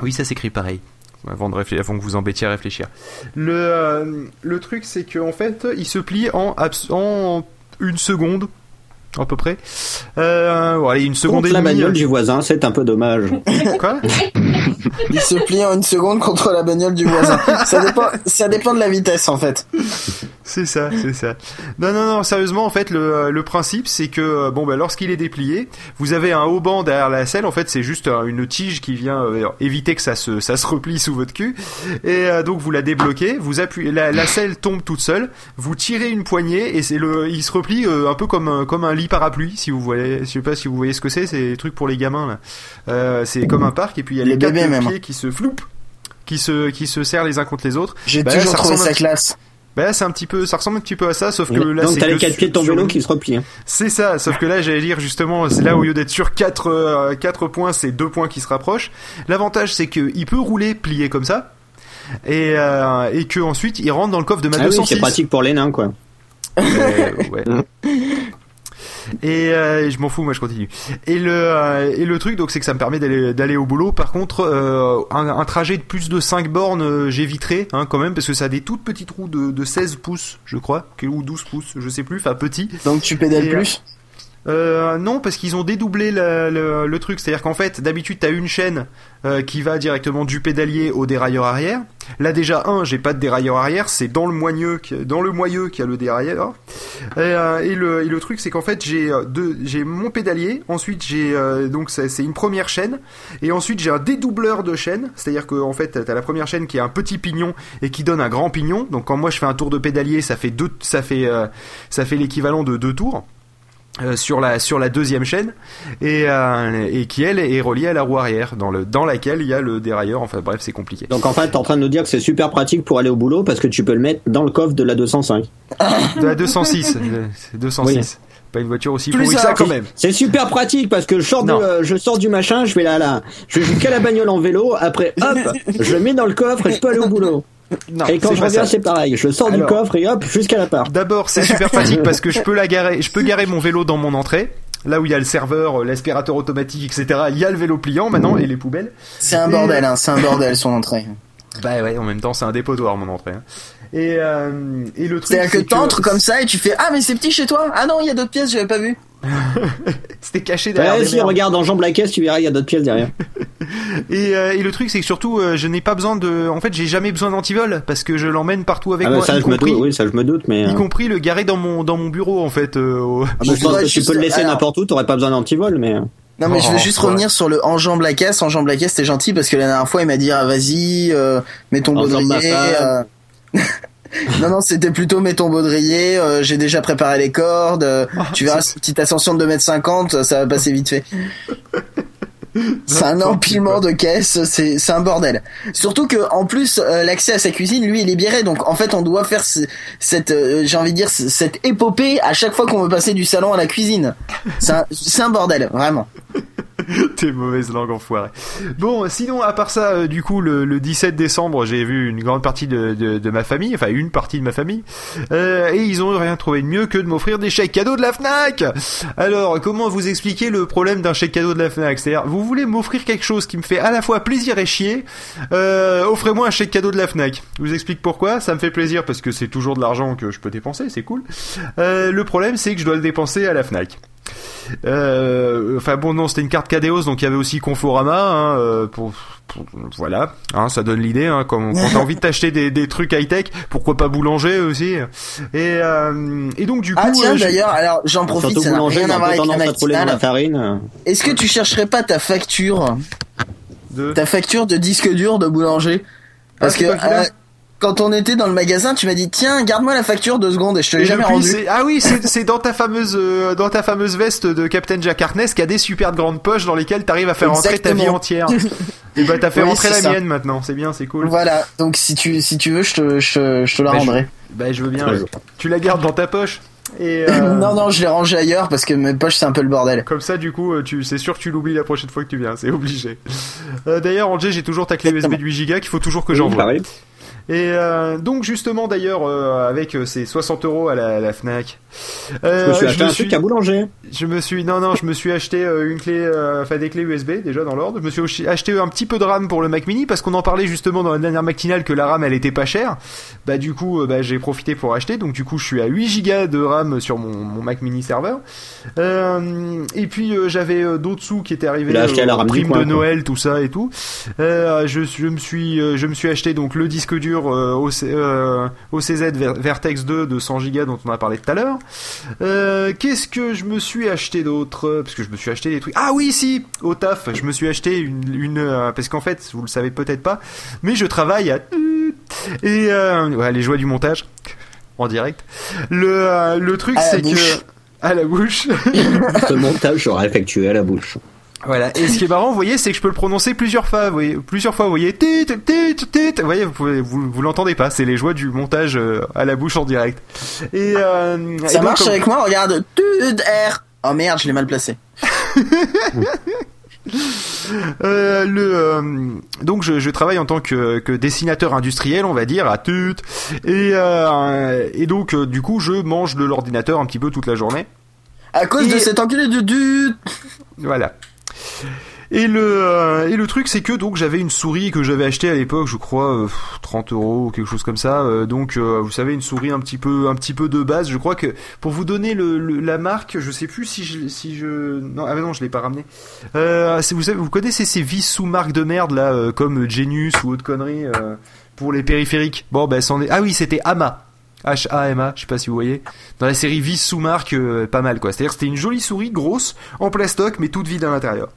oui, ça s'écrit pareil. Avant, de réfléchir, avant que vous embêtiez à réfléchir. Le, euh, le truc, c'est qu'en fait, il se plie en, abs- en une seconde, à peu près. Euh, bon, allez, une seconde
Contre
et
la
demie. euh,
bagnole du voisin, c'est un peu dommage.
Quoi
Il se plie en une seconde contre la bagnole du voisin. ça, dépend, ça dépend de la vitesse en fait.
C'est ça, c'est ça. Non, non, non, sérieusement, en fait, le, le principe, c'est que, euh, bon, bah, lorsqu'il est déplié, vous avez un haut-banc derrière la selle, en fait, c'est juste euh, une tige qui vient euh, éviter que ça se, ça se replie sous votre cul. Et euh, donc, vous la débloquez, vous appuyez, la, la selle tombe toute seule, vous tirez une poignée, et c'est le, il se replie euh, un peu comme, un- comme un lit parapluie, si vous voyez, je sais pas si vous voyez ce que c'est, c'est des trucs pour les gamins, là. Euh, c'est comme un parc, et puis il y a les,
Les
quatre
bébés, même. hein.
pieds qui se floupent, qui se, qui se serrent les uns contre les autres.
J'ai
Bah,
toujours
ça
trouvé
ressemble
ça
un petit-
classe.
Bah là, c'est un petit peu, ça ressemble un petit peu à ça, sauf que là,
Donc
c'est
t'as les
que
quatre
sur-
pieds de ton
sur
vélo
une-
qui se replient. hein.
C'est ça, sauf que là, j'allais dire justement, c'est là au lieu d'être sur 4 points, c'est 2 points qui se rapprochent. L'avantage, c'est qu'il peut rouler plié comme ça, et euh, et que ensuite, il rentre dans le coffre de ma
Ah oui,
206.
c'est pratique pour les nains quoi.
Euh, ouais. Et euh, je m'en fous, moi je continue. Et le euh, et le truc donc c'est que ça me permet d'aller d'aller au boulot. Par contre, euh, un, un trajet de plus de 5 bornes, euh, j'éviterai hein, quand même parce que ça a des toutes petites roues de, de 16 pouces, je crois, que- ou 12 pouces, je sais plus, enfin petit.
Donc tu pédales
Et,
plus.
Euh, non, parce qu'ils ont dédoublé la- le, le truc. C'est-à-dire qu'en fait, d'habitude, t'as une chaîne euh, qui va directement du pédalier au dérailleur arrière. Là, déjà, un, j'ai pas de dérailleur arrière, c'est dans le moigneux, qui- dans le moyeu qu'il y a le dérailleur. Et, euh, et le, et le truc, c'est qu'en fait, j'ai euh, deux- j'ai mon pédalier. Ensuite, j'ai euh, donc ça- c'est une première chaîne, et ensuite j'ai un dédoubleur de chaîne. C'est-à-dire que en fait, t'as la première chaîne qui a un petit pignon et qui donne un grand pignon. Donc quand moi je fais un tour de pédalier, ça fait deux, ça fait euh, ça fait l'équivalent de deux tours. Euh, sur la sur la deuxième chaîne et, euh, et qui elle est reliée à la roue arrière dans le dans laquelle il y a le dérailleur enfin bref c'est compliqué
Donc en fait, t'es en train de nous dire que c'est super pratique pour aller au boulot parce que tu peux le mettre dans le coffre de la 205.
de la 206 euh, c'est 206 pas une voiture aussi
Plus
pourrie que ça
un-
quand même
C'est super pratique parce que je sors, du,
Non.
euh, je sors du machin, je vais là, là, je vais jusqu'à la bagnole en vélo, après hop, je le mets dans le coffre et je peux aller au boulot.
non
et quand
c'est
je
pas
reviens,
ça.
c'est pareil, je sors du
Alors.
coffre et hop, jusqu'à la part.
D'abord, c'est super pratique parce que je peux la garer, je peux garer mon vélo dans mon entrée. Là où il y a le serveur, euh, l'aspirateur automatique, etc. Il y a le vélo pliant maintenant
Mmh.
et les poubelles.
C'est un
et-
bordel, hein, c'est un bordel son entrée.
Bah ouais, en même temps, c'est un dépotoir mon entrée. hein. Et, euh, et le truc,
C'est-à-dire que t'entres comme ça et tu fais Ah, mais c'est petit chez toi Ah non, il y a d'autres pièces, j'avais pas vu.
c'était caché derrière.
Ouais,
des
si,
merdes.
regarde, enjambe la caisse, tu verras, il y a d'autres pièces derrière.
Et, euh, et le truc, c'est que surtout, euh, je n'ai pas besoin de. En fait, j'ai jamais besoin d'antivol parce que je l'emmène partout avec
Ah, bah,
moi,
ça,
y
je me
compris,
doute, oui, ça, je me doute, mais. euh,
y compris le garer dans mon dans mon bureau en fait. euh, au-
ah, bah, je pense
Ouais,
que tu
juste-
peux le laisser
alors-
n'importe où, t'aurais pas besoin d'antivol, mais. euh,
Non, mais je
Oh,
veux juste
ouais.
revenir sur le enjambe la caisse. Enjambe la caisse, c'est gentil parce que la dernière fois, il m'a dit Ah, vas-y, euh, mets ton
Enjambe ma
baudrier.
femme.
euh. non, non, c'était plutôt mets ton baudrier. euh, J'ai déjà préparé les cordes. euh, tu verras, cette petite ascension de 2m50, ça va passer vite fait. C'est un
N'importe
empilement de caisses, c'est c'est un bordel. Surtout que en plus euh, l'accès à sa cuisine, lui, il est biéré, donc en fait on doit faire ce- cette, euh, j'ai envie de dire ce- cette épopée à chaque fois qu'on veut passer du salon à la cuisine. C'est un, c'est un bordel, vraiment.
T'es mauvaise langue enfoirée. Bon, sinon, à part ça, euh, du coup, le, le 17 décembre, j'ai vu une grande partie de, de, de ma famille, enfin une partie de ma famille, euh, et ils ont rien trouvé de mieux que de m'offrir des chèques cadeaux de la Fnac. Alors, comment vous expliquer le problème d'un chèque cadeau de la Fnac C'est-à-dire, vous voulez m'offrir quelque chose qui me fait à la fois plaisir et chier euh, Offrez-moi un chèque cadeau de la Fnac. Je vous explique pourquoi. Ça me fait plaisir parce que c'est toujours de l'argent que je peux dépenser, c'est cool. Euh, le problème, c'est que je dois le dépenser à la Fnac. Euh, enfin bon non c'était une carte Cadeos donc il y avait aussi Conforama hein, euh, pour, pour- voilà hein, ça donne l'idée hein, quand, quand t'as envie de t'acheter des, des trucs high tech pourquoi pas boulanger aussi et euh, et donc du coup
Ah tiens
euh, je-
d'ailleurs, alors j'en profite,
Surtout
ça n'a
boulanger,
rien
on
à
a
voir
un peu
avec la
tendance à trouler dans la
matinale.
farine.
Est-ce que tu chercherais pas ta facture,
de-
ta facture de disque dur de boulanger Parce
Ah,
que
c'est pas clair.
euh, quand on était dans le magasin, tu m'as dit tiens, garde-moi la facture deux secondes et je te l'ai
Et
jamais
depuis,
rendue.
c'est- Ah oui, c'est c'est dans ta fameuse euh, dans ta fameuse veste de Captain Jack Harkness qui a des super grandes poches dans lesquelles t'arrives à faire entrer ta
Exactement.
vie entière. Et bah t'as fait
Oui,
rentrer
c'est
la
ça.
mienne maintenant, c'est bien, c'est cool.
Voilà, donc si tu si tu veux, je te je, te- je te la
Bah, je-
rendrai.
Bah je veux bien.
Très
ouais.
bien.
Tu la gardes dans ta poche et euh,
Non non, je l'ai rangée ailleurs parce que mes poches c'est un peu le bordel.
Comme ça, du coup, euh, tu, c'est sûr que tu l'oublies la prochaine fois que tu viens, c'est obligé. Euh, d'ailleurs, Angé, j'ai toujours ta clé USB de 8 Go qu'il faut toujours que j'envoie.
Pareil.
Et euh, donc, justement, d'ailleurs, euh, avec euh, ces 60 euros à la, à la Fnac, euh,
je me suis acheté un
suis-
truc à boulanger.
je me suis non non je me suis acheté euh, une clé euh, enfin des clés USB déjà dans l'ordre je me suis aussi acheté un petit peu de RAM pour le Mac Mini parce qu'on en parlait justement dans la dernière matinale que la RAM elle était pas chère bah du coup euh, bah, j'ai profité pour acheter donc du coup je suis à 8 Go de RAM sur mon, mon Mac Mini serveur Euh, et puis euh, j'avais euh, d'autres sous qui étaient arrivés
Tu l'as acheté à la
euh,
RAM du
prime
coin,
de
quoi.
Noël tout ça et tout euh, je, je me suis euh, je me suis acheté donc le disque dur euh, OC, euh, OCZ Ver- Vertex 2 de 100 Go dont on a parlé tout à l'heure euh, qu'est-ce que je me suis acheté d'autre Parce que je me suis acheté des trucs. Ah oui, si Au taf, je me suis acheté une. une euh, parce qu'en fait, vous le savez peut-être pas, mais je travaille à. Et. Euh, ouais, les joies du montage, en direct. Le, euh, le truc,
À la
c'est que.
bouche.
À la bouche.
Ce montage sera effectué à la bouche.
Voilà. Et ce qui est marrant, vous voyez, c'est que je peux le prononcer plusieurs fois. Vous voyez, plusieurs fois, vous voyez. Tit, tit, tit. Vous voyez, vous, pouvez- vous, vous l'entendez pas. C'est les joies du montage euh, à la bouche en direct. Et. euh, et
Ça
donc,
marche
comme-
avec moi, regarde. Tud, R. Oh merde, je l'ai mal placé.
Euh, le euh, donc je, je travaille en tant que, que dessinateur industriel on va dire à tut et euh, et donc euh, du coup je mange de l'ordinateur un petit peu toute la journée
À cause
Et-
de cet enculé de Tud.
voilà et le euh, et le truc c'est que donc j'avais une souris que j'avais achetée à l'époque je crois euh, pff, 30 euros ou quelque chose comme ça Euh, donc euh, vous savez une souris un petit peu un petit peu de base je crois que pour vous donner le, le- la marque je sais plus si je si je non ah bah non je l'ai pas ramené Euh, c'est- vous, savez- vous connaissez ces vis sous marque de merde là, euh, comme Genius ou autre connerie euh, pour les périphériques. Bon, ben c'en est. Ah oui, c'était Ama. H-A-M-A, je sais pas si vous voyez. Dans la série vis sous marque, euh, pas mal quoi. C'est-à-dire c'était une jolie souris grosse en plastoc, mais toute vide à l'intérieur.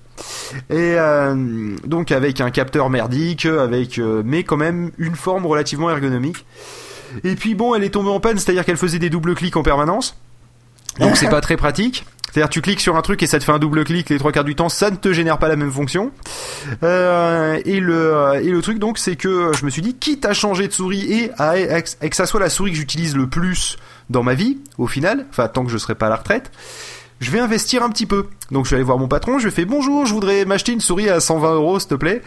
Et euh, donc avec un capteur merdique, avec euh, mais quand même une forme relativement ergonomique. Et puis bon, elle est tombée en panne, c'est-à-dire qu'elle faisait des doubles clics en permanence. Donc c'est pas très pratique. C'est-à-dire tu cliques sur un truc et ça te fait un double clic les trois quarts du temps, ça ne te génère pas la même fonction. Euh, et le et le truc donc c'est que je me suis dit quitte à changer de souris et à, à que- à que ça soit la souris que j'utilise le plus dans ma vie au final, enfin tant que je serai pas à la retraite, je vais investir un petit peu. Donc je suis allé voir mon patron, je lui ai fait bonjour, je voudrais m'acheter une souris à 120 euros s'il te plaît.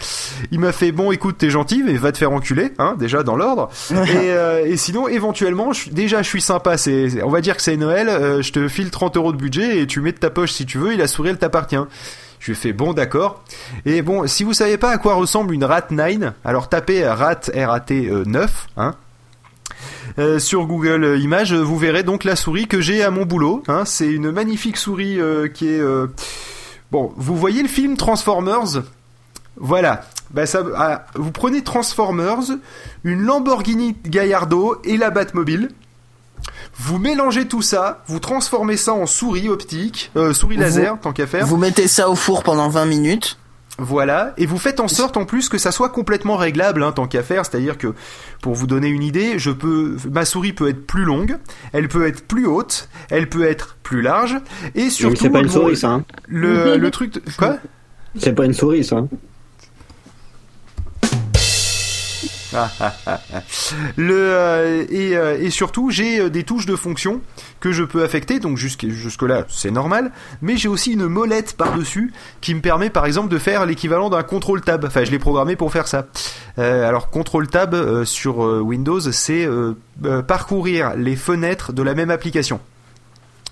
Il m'a fait bon écoute t'es gentil mais va te faire enculer hein déjà dans l'ordre. Et, euh, et sinon, éventuellement, je suis- déjà, je suis sympa. C'est, c'est- on va dire que c'est Noël. euh, je te file 30 euros de budget et tu mets de ta poche si tu veux. Et la souris, elle t'appartient. Je lui ai fait bon, d'accord. Et bon, si vous savez pas à quoi ressemble une Rat 9, alors tapez Rat R-A-T 9, hein. Euh, sur Google Images, vous verrez donc la souris que j'ai à mon boulot. Hein, c'est une magnifique souris euh, qui est. euh, Bon, vous voyez le film Transformers Voilà. Bah ça, ah, vous prenez Transformers, une Lamborghini Gallardo et la Batmobile. Vous mélangez tout ça, vous transformez ça en souris optique, euh, souris
Vous-
laser, tant qu'à faire.
Vous mettez ça au four pendant 20 minutes.
Voilà, et vous faites en sorte en plus que ça soit complètement réglable hein, tant qu'à faire, c'est-à-dire que pour vous donner une idée, je peux ma souris peut être plus longue, elle peut être plus haute, elle peut être plus large et
Mais
surtout euh,
C'est pas une
bon,
souris, ça. hein.
le le truc de- quoi
C'est pas une hein. souris, ça.
le euh, et, euh, et surtout j'ai euh, des touches de fonction que je peux affecter donc jusque jusque là c'est normal mais j'ai aussi une molette par dessus qui me permet par exemple de faire l'équivalent d'un contrôle tab enfin je l'ai programmé pour faire ça Euh, alors contrôle tab euh, sur euh, Windows c'est euh, euh, parcourir les fenêtres de la même application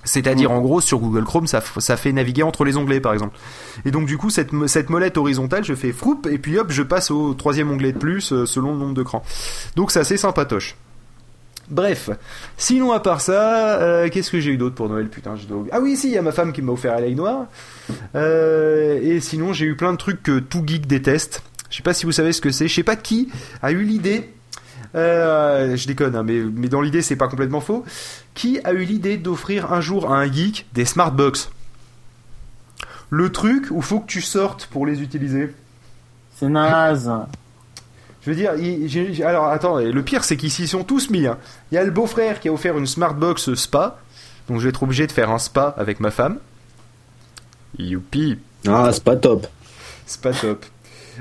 c'est-à-dire en gros sur Google Chrome ça, f- ça fait naviguer entre les onglets par exemple et donc du coup cette, mo- cette molette horizontale je fais froupe et puis hop je passe au troisième onglet de plus euh, selon le nombre de crans donc c'est assez sympatoche. Bref, sinon à part ça, euh, qu'est-ce que j'ai eu d'autre pour Noël Putain, je dois... Ah oui, si, il y a ma femme qui m'a offert l'ail noire. Euh, et sinon, j'ai eu plein de trucs que tout geek déteste. Je sais pas si vous savez ce que c'est. Je sais pas qui a eu l'idée. Euh, je déconne, hein, mais, mais dans l'idée, c'est pas complètement faux. Qui a eu l'idée d'offrir un jour à un geek des smartbox Le truc où faut que tu sortes pour les utiliser.
C'est naze.
Je veux dire, il- j'ai- j'ai- alors attends, et le pire c'est qu'ils s'y sont tous mis. hein. Il y a le beau-frère qui a offert une Smartbox Spa, donc je vais être obligé de faire un spa avec ma femme. Youpi,
Ah, c'est pas top.
c'est pas top.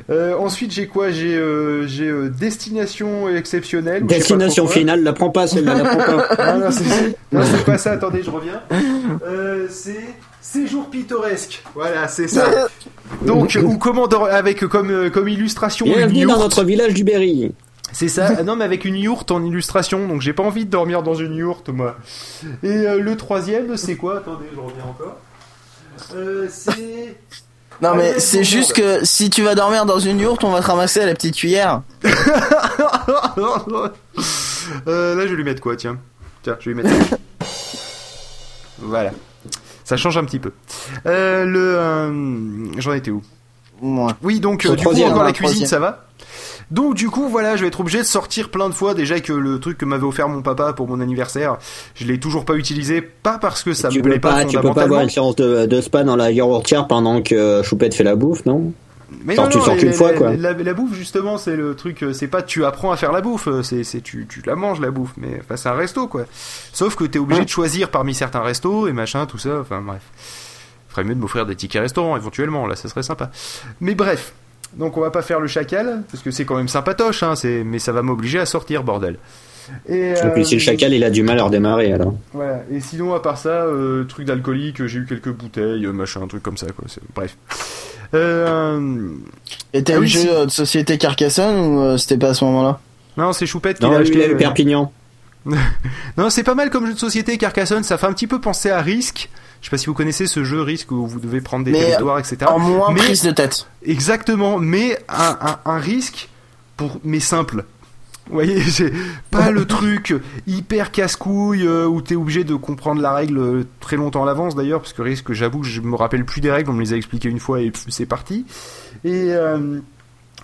Euh, ensuite j'ai quoi J'ai euh, j'ai, euh, Destination exceptionnelle. ou je sais pas
Destination
trop quoi.
finale, la prends pas celle-là, la prends pas.
Ah, non, c'est- non, c'est pas ça, attendez, je reviens. Euh, c'est Séjour pittoresque. Voilà, c'est ça. Donc, ou commandant avec euh, comme, euh, comme illustration une
Bienvenue dans
yourte.
notre village du Berry.
C'est ça, Ah non mais avec une yourte en illustration, donc j'ai pas envie de dormir dans une yourte moi. Et euh, le troisième, c'est quoi Attendez, je reviens encore. Euh, c'est...
Non,
Allez,
mais c'est
bon,
juste que si tu vas dormir dans une yourte, on va te ramasser à la petite cuillère.
Euh, là je vais lui mettre quoi, tiens Tiens, je vais lui mettre... ça. voilà. Ça change un petit peu. Euh, le... euh, J'en étais où
Ouais.
Oui, donc euh,
Au
du coup
troisième,
encore
hein,
la cuisine,
troisième.
ça va donc du coup voilà, je vais être obligé de sortir plein de fois déjà que le truc que m'avait offert mon papa pour mon anniversaire, je l'ai toujours pas utilisé, pas parce que ça
tu
me
peux
plaît pas,
pas, tu peux pas avoir
fondamentalement.
une séance de, de spa dans la yaourtière pendant que euh, Choupette fait la bouffe, non
Mais
Genre, tu le sors qu'une
la-
fois,
la-
quoi.
La, la bouffe, justement, c'est le truc. euh, C'est pas tu apprends à faire la bouffe, euh, c'est c'est tu, tu la manges la bouffe. Mais enfin, c'est un resto, quoi. Sauf que t'es obligé de choisir parmi certains restos et machin, tout ça. Enfin, bref. Ferait mieux de m'offrir des tickets restaurants éventuellement. Là, ça serait sympa. Mais bref. Donc, on va pas faire le chacal parce que c'est quand même sympatoche. Hein, c'est mais ça va m'obliger à sortir, bordel. Et,
Et puis si
euh,
le chacal, il a du mal à redémarrer alors.
voilà. Et sinon, à part ça, euh, truc d'alcoolique, j'ai eu quelques bouteilles, euh, machin, un truc comme ça, quoi. C'est- Bref. Euh,
Et t'as
Ah
eu
oui,
le
si.
jeu euh, de société Carcassonne ou euh, c'était pas à ce moment-là
non, c'est Choupette qui
Non,
l'a
je
eu,
l'ai
euh,
eu Perpignan.
Non, c'est pas mal comme jeu de société, Carcassonne. Ça fait un petit peu penser à Risk. Je sais pas si vous connaissez ce jeu Risk où vous devez prendre des
Mais,
territoires, etc.
En moins
mais-
prise de tête.
Exactement, mais un, un, un risque pour mais simple. Vous voyez, c'est pas le truc hyper casse-couille euh, où t'es obligé de comprendre la règle euh, très longtemps à l'avance d'ailleurs, parce que risque, j'avoue, je me rappelle plus des règles, on me les a expliquées une fois et pff, c'est parti. Et euh,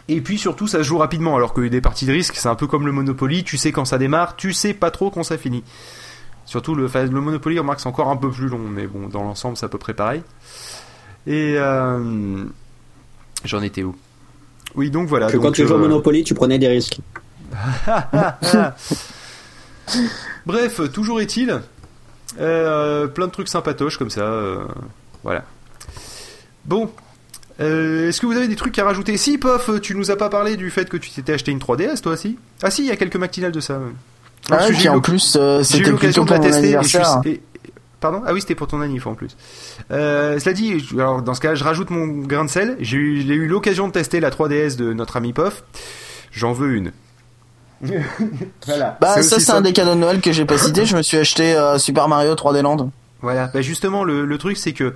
et puis surtout, ça se joue rapidement, alors que des parties de risque, c'est un peu comme le Monopoly, tu sais quand ça démarre, tu sais pas trop quand ça finit. Surtout le, enfin, le Monopoly, remarque, c'est encore un peu plus long, mais bon, dans l'ensemble, c'est à peu près pareil. Et euh, j'en étais où Oui, donc voilà.
Que
donc,
quand tu joues au
euh,
Monopoly, tu prenais des risques.
Bref, toujours est-il, euh, plein de trucs sympatoches comme ça. euh, voilà. Bon. Euh, Est-ce que vous avez des trucs à rajouter Si, Pof, tu nous as pas parlé du fait que tu t'étais acheté une 3DS, toi aussi Ah si, il y a quelques matinales de ça. ouais.
Ah,
Parce que j'ai
puis
eu
en
l'oc-
plus, euh,
J'ai eu
c'était
l'occasion
plutôt
de la
pour mon
tester. et je suis-
anniversaire.
et- et- Pardon Ah oui, c'était pour ton annif en plus. Euh, cela dit, je- alors dans ce cas, je rajoute mon grain de sel. J'ai eu, j'ai eu l'occasion de tester la 3DS de notre ami Pof. J'en veux une. voilà.
Bah
C'est
ça
aussi
c'est un des cadeaux de Noël que j'ai pas cité, je me suis acheté euh, Super Mario 3D Land.
Voilà. Bah justement, le, le truc c'est que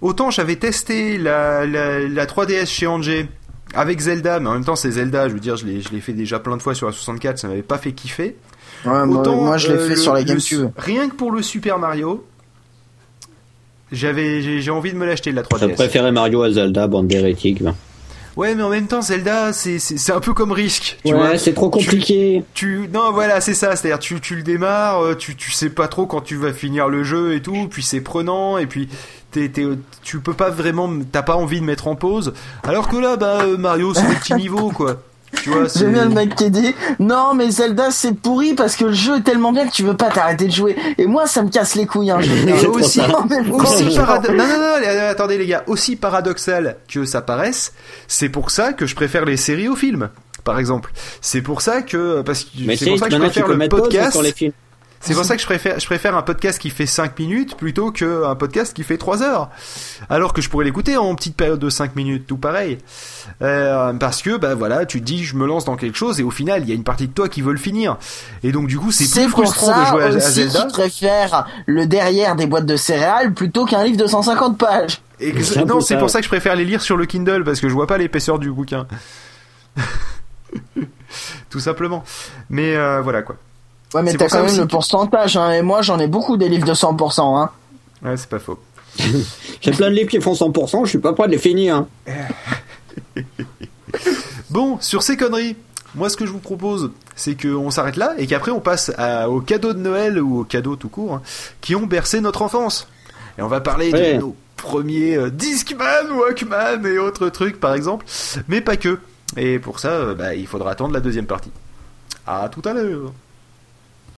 autant j'avais testé la, la, la 3DS chez Angé avec Zelda, mais en même temps c'est Zelda. Je veux dire, je l'ai je l'ai fait déjà plein de fois sur la 64, ça m'avait pas fait kiffer.
Ouais, Ah, moi-
Autant,
moi je l'ai
euh,
fait
le-
sur la
le-
GameCube.
rien que pour le Super Mario, j'avais j'ai j'ai envie de me l'acheter de la
Je
3DS.
préférais Mario à Zelda, bande d'hérétiques. ben.
Ouais, mais en même temps Zelda, c'est c'est c'est un peu comme Risk, tu vois.
Ouais, c'est trop compliqué.
Tu non voilà, c'est ça, c'est-à-dire tu tu le démarres, euh, tu tu sais pas trop quand tu vas finir le jeu et tout, puis c'est prenant et puis t'es t'es- tu peux pas vraiment t'as pas envie de mettre en pause alors que là bah euh, Mario c'est des petits niveaux quoi. Tu vois, c'est
J'ai vu le mec qui dit non mais Zelda c'est pourri parce que le jeu est tellement bien que tu veux pas t'arrêter de jouer et moi ça me casse les couilles hein, je vais
C'est
dire.
trop
aussi-
ça.
Non, mais vous,
Aussi
c'est-
parado- non, non, non, allez, attendez les gars, aussi paradoxal que ça paraisse, c'est pour ça que je préfère les séries aux films, par exemple. C'est pour ça que parce que
Mais
c'est
si,
pour ça que je
maintenant tu
préfère
peux
le
mettre pause
podcast.
sur les films.
C'est pour ça que je préfère je préfère un podcast qui fait 5 minutes plutôt qu'un podcast qui fait 3 heures. Alors que je pourrais l'écouter en petite période de 5 minutes, tout pareil. Euh, parce que bah voilà, tu te dis je me lance dans quelque chose et au final il y a une partie de toi qui veut le finir. Et donc du coup c'est
C'est
plus
pour
frustrant de
ça
jouer à- à,
aussi
Zelda.
qu'ils préfèrent le derrière des boîtes de céréales plutôt qu'un livre de 150 pages.
Et que-
C'est un peu
non, c'est
ça,
pour
ouais.
ça que je préfère les lire sur le Kindle parce que je vois pas l'épaisseur du bouquin. Tout simplement. Mais euh, voilà quoi.
Ouais, mais
C'est
t'as
pour ça
quand même
aussi
le
que-
pourcentage, hein, et moi j'en ai beaucoup des livres de 100%, hein.
Ouais, c'est pas faux.
J'ai plein de livres qui font 100%, je suis pas prêt de les finir. hein.
Bon, sur ces conneries, moi ce que je vous propose, c'est qu'on s'arrête là et qu'après on passe à- aux cadeaux de Noël ou aux cadeaux tout court hein, qui ont bercé notre enfance. Et on va parler
Ouais.
de nos premiers euh, Discman, Walkman et autres trucs par exemple, mais pas que. Et pour ça, euh, bah, il faudra attendre la deuxième partie. À tout à l'heure.